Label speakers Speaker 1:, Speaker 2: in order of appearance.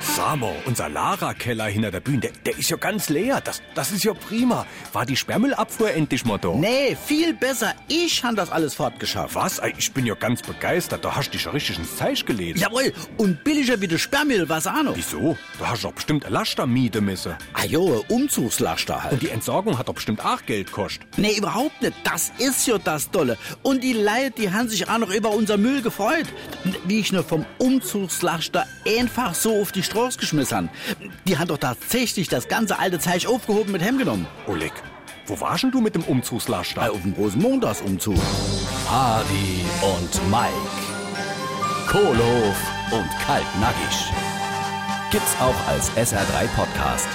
Speaker 1: Samo, unser Lara-Keller hinter der Bühne, der, der ist ja ganz leer. Das, das ist ja prima. War die Sperrmüllabfuhr endlich mal da?
Speaker 2: Nee, viel besser. Ich han das alles fortgeschafft.
Speaker 1: Was? Ey, Ich bin ja ganz begeistert. Da hast du dich ja richtig ins Zeich gelesen.
Speaker 2: Jawohl, und billiger wie der Sperrmüll, was auch noch.
Speaker 1: Wieso? Da hast du doch bestimmt eine Laster-Miete müssen.
Speaker 2: Ah jo, Umzugslaster halt.
Speaker 1: Und die Entsorgung hat doch bestimmt auch Geld kostet.
Speaker 2: Nee, überhaupt nicht. Das ist ja das Dolle. Und die Leute, die haben sich auch noch über unser Müll gefreut. Wie ich nur vom Umzugslaster einfach so auf die Straße geschmissen han. Die haben doch tatsächlich das ganze alte Zeich aufgehoben mit heimgenommen.
Speaker 1: Oleg, wo warst denn du mit dem
Speaker 2: Äh,
Speaker 1: Umzugslaster?
Speaker 2: auf dem großen Montagsumzug.
Speaker 3: Hardy und Mike, Kohlehof und Kaltnackig. Gibt's auch als SR3 Podcast.